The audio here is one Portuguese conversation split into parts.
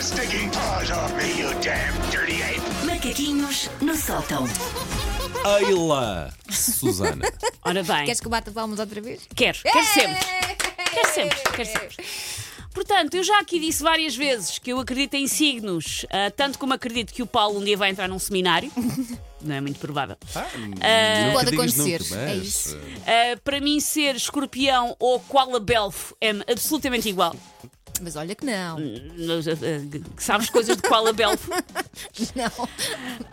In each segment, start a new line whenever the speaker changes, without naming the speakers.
stinking paws off me, you damn dirty ape!
Macaquinhos no sótão.
Eila Susana.
Ora bem,
Queres que eu bata palmas outra vez?
quero, quero sempre, quero sempre, quero sempre. Portanto, eu já aqui disse várias vezes que eu acredito em signos, ah, tanto como acredito que o Paulo um dia vai entrar num seminário. Não é muito provável. Eh,
Nunca
Pode
digas
acontecer,
nunca,
é
mas,
isso.
eh,
Ah, para mim, ser escorpião ou koala belfo é absolutamente igual.
Mas olha que não.
Ah, ah, Sabes coisas de koala belfo?
Não.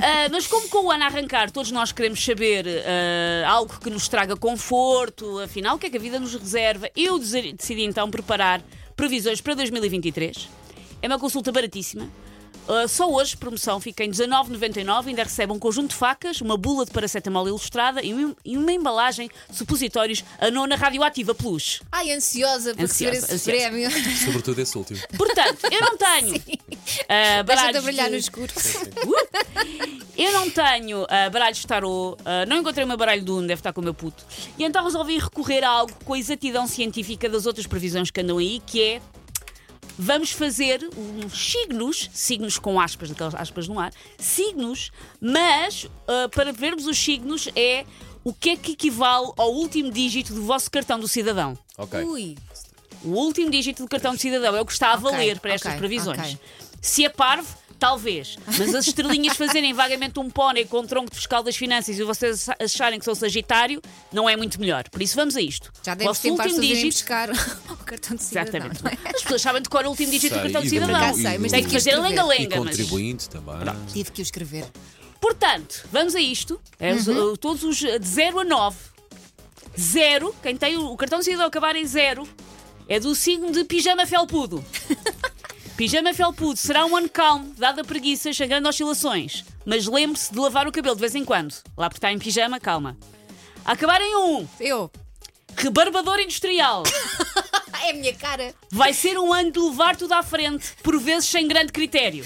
Ah, mas como com o ano a arrancar, todos nós queremos saber ah, algo que nos traga conforto, afinal, o que é que a vida nos reserva? Eu dese- decidi então preparar previsões para 2023. É uma consulta baratíssima. Ah, só hoje, promoção, fica em 19,99. Ainda recebe um conjunto de facas, uma bula de paracetamol ilustrada e um- e uma embalagem supositórios a nona radioativa plus.
Ai, ansiosa por
Ansiosa,
receber esse
ansiosa.
prémio.
Sobretudo esse último.
Portanto, eu não tenho. ah,
Deixa-te
baralhos
a brilhar
de-
no escuro.
Uh! Eu não tenho ah, baralhos de tarô, ah, não encontrei o meu baralho de um, deve estar com o meu puto. E então resolvi recorrer a algo com a exatidão científica das outras previsões que andam aí, que é. Vamos fazer uns signos, signos com aspas, daquelas aspas no ar, signos, mas ah, para vermos os signos é o que é que equivale ao último dígito do vosso cartão do cidadão.
Ok.
Ui.
O último dígito do cartão de cidadão é o que está a valer para
ok,
estas previsões.
ok.
Se é parvo, talvez. Mas as estrelinhas fazerem vagamente um pônei com o tronco de fiscal das finanças e vocês acharem que são Sagitário, não é muito melhor. Por isso vamos a isto.
Já
Vosso
demos tempo
último
às pessoas irem
dígito.
buscar o cartão de cidadão.
Exatamente.
não é?
As pessoas sabem decorar o último dígito do
Sei,
cartão de
e do-
cidadão.
Cá sei, mas
Tem que fazer a
escrever.
E
lenga-lenga. mas-
contribuinte também.
Tive que o escrever.
Portanto, vamos a isto. É os- uh, Todos os uh, de 0 a 9. 0, quem tem o o cartão de cidadão acabar em 0, é do signo de pijama felpudo. pijama felpudo será um ano calmo, dado a preguiça, chegando a oscilações. Mas lembre-se de lavar o cabelo de vez em quando. Lá porque está em pijama, calma. A acabar em 1, um,
Eu.
rebarbador industrial.
Ah, é a minha cara.
Vai ser um ano de levar tudo à frente, por vezes sem grande critério.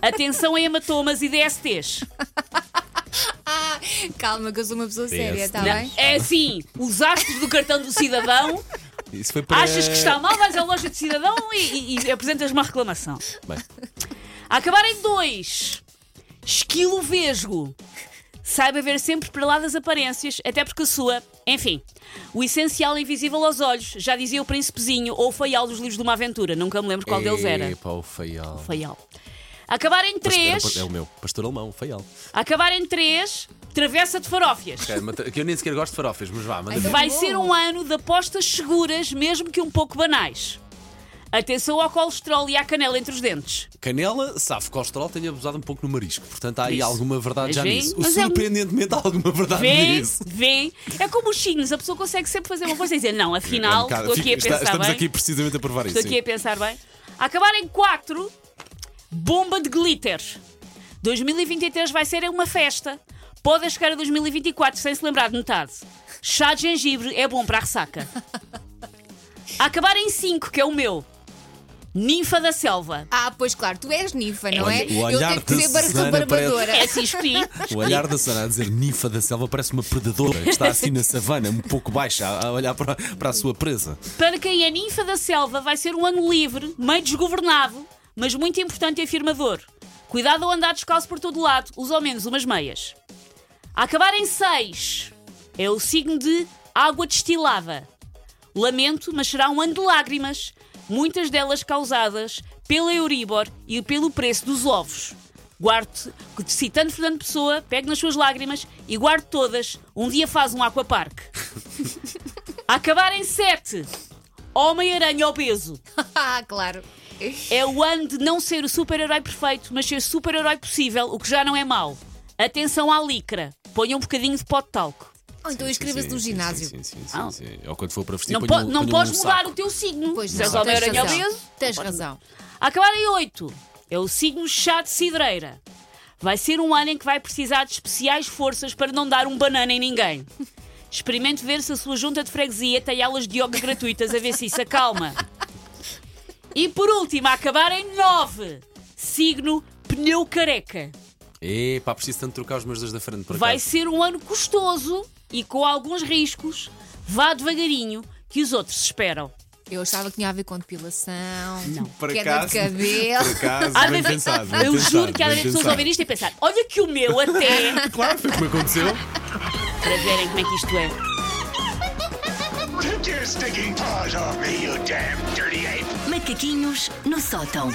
Atenção a hematomas e DSTs.
Ah, calma, que eu sou uma pessoa séria, está
Não.
bem?
É assim, os astros do cartão do cidadão,
Isso foi para.
achas que está mal, vais à loja de cidadão e, e- e apresentas uma reclamação.
Bem,
A acabar em dois, esquilo vesgo. Saiba ver sempre para lá das aparências, até porque a sua, enfim, o essencial é invisível aos olhos, já dizia o príncipezinho ou o feial dos livros de uma aventura, nunca me lembro qual deles era.
Epá, o feial.
Feial. A Acabar em três,
Pastor- É o meu, pastor alemão, feial.
a acabar em três, travessa de farófias.
Ok, mas Que eu nem sequer gosto de farofas, mas vá, manda
Ai,
ver.
Vai
Bom.
ser um ano de apostas seguras, mesmo que um pouco banais. Atenção ao colesterol e à canela entre os dentes.
Canela, safo, colesterol, tenho abusado um pouco no marisco. Portanto, há aí
Isso.
alguma verdade já
Mas vem,
nisso.
mas é um-
Surpreendentemente, há alguma verdade
Vê,
nisso.
vê. É como os signos, a pessoa consegue sempre fazer uma coisa e dizer: Não,
É um
afinal,
bocado-
estou aqui a
fica- está-
pensar
Estamos
bem.
aqui precisamente a provar
estou
isso.
aqui a pensar bem. A acabar em 4, bomba de glitter. 2023 vai ser uma festa. Pode chegar a 2024 sem se lembrar de metade. Chá de gengibre é bom para a ressaca. A acabar em 5, que é o meu. Ninfa da selva.
Ah, pois claro, tu és ninfa, não é?
Olha, o olhar
eu tenho
de
que ser bar-
Susana
barbadora.
É assim, espi.
O olhar da Sana a dizer ninfa da selva parece uma predadora que está assim na savana, um pouco baixa, a a olhar para, para a sua presa.
Para quem é ninfa da selva, vai ser um ano livre, meio desgovernado, mas muito importante e afirmador. Cuidado ao andar descalço por todo lado, usa ao menos umas meias. A acabar em 6, é o signo de água destilada. Lamento, mas será um ano de lágrimas, muitas delas causadas pela Euribor e pelo preço dos ovos. Guarde, citando Fernando Pessoa, pegue nas suas lágrimas e guarde todas. Um dia faz um aquapark. A acabar em 7, Homem-Aranha obeso.
Ah, claro.
É o ano de não ser o super-herói perfeito, mas ser super-herói possível, o que já não é mau. Atenção à licra. Ponha um bocadinho de pó de talco.
Ou então inscreva-se
Sim,
no
sim,
ginásio.
Sim, sim, sim,
Ah.
sim, sim. Ou quando for para vestir,
Não,
ponha
po-
um-
não
ponha
podes
um
mudar
saco.
o teu signo.
Pois
Se és
não, tens
Homem-Aranha
razão.
obeso,
Tens razão.
A acabar em 8, é o signo chá de cidreira. Vai ser um ano em que vai precisar de especiais forças para não dar um banana em ninguém. Experimente ver se a sua junta de freguesia tem aulas de yoga gratuitas a ver se isso acalma. E por último, a acabar em 9, signo pneu careca.
Epá, preciso tanto trocar os meus dois da frente para
Vai ser um ano custoso e com alguns riscos. Vá devagarinho que os outros esperam.
Eu achava que tinha a ver com depilação,
Não.
Por
queda
acaso-
de cabelo.
Por acaso,
Há de
bem
haver-
pensado. bem
eu
pensado,
juro que há de
bem
haver pessoas a
pensado.
ouvir isto e pensar: olha que o meu até.
Claro, foi como aconteceu.
para verem como é que isto é.
Take your stinking paws off me, you damn dirty ape!
Macaquinhos no sótão.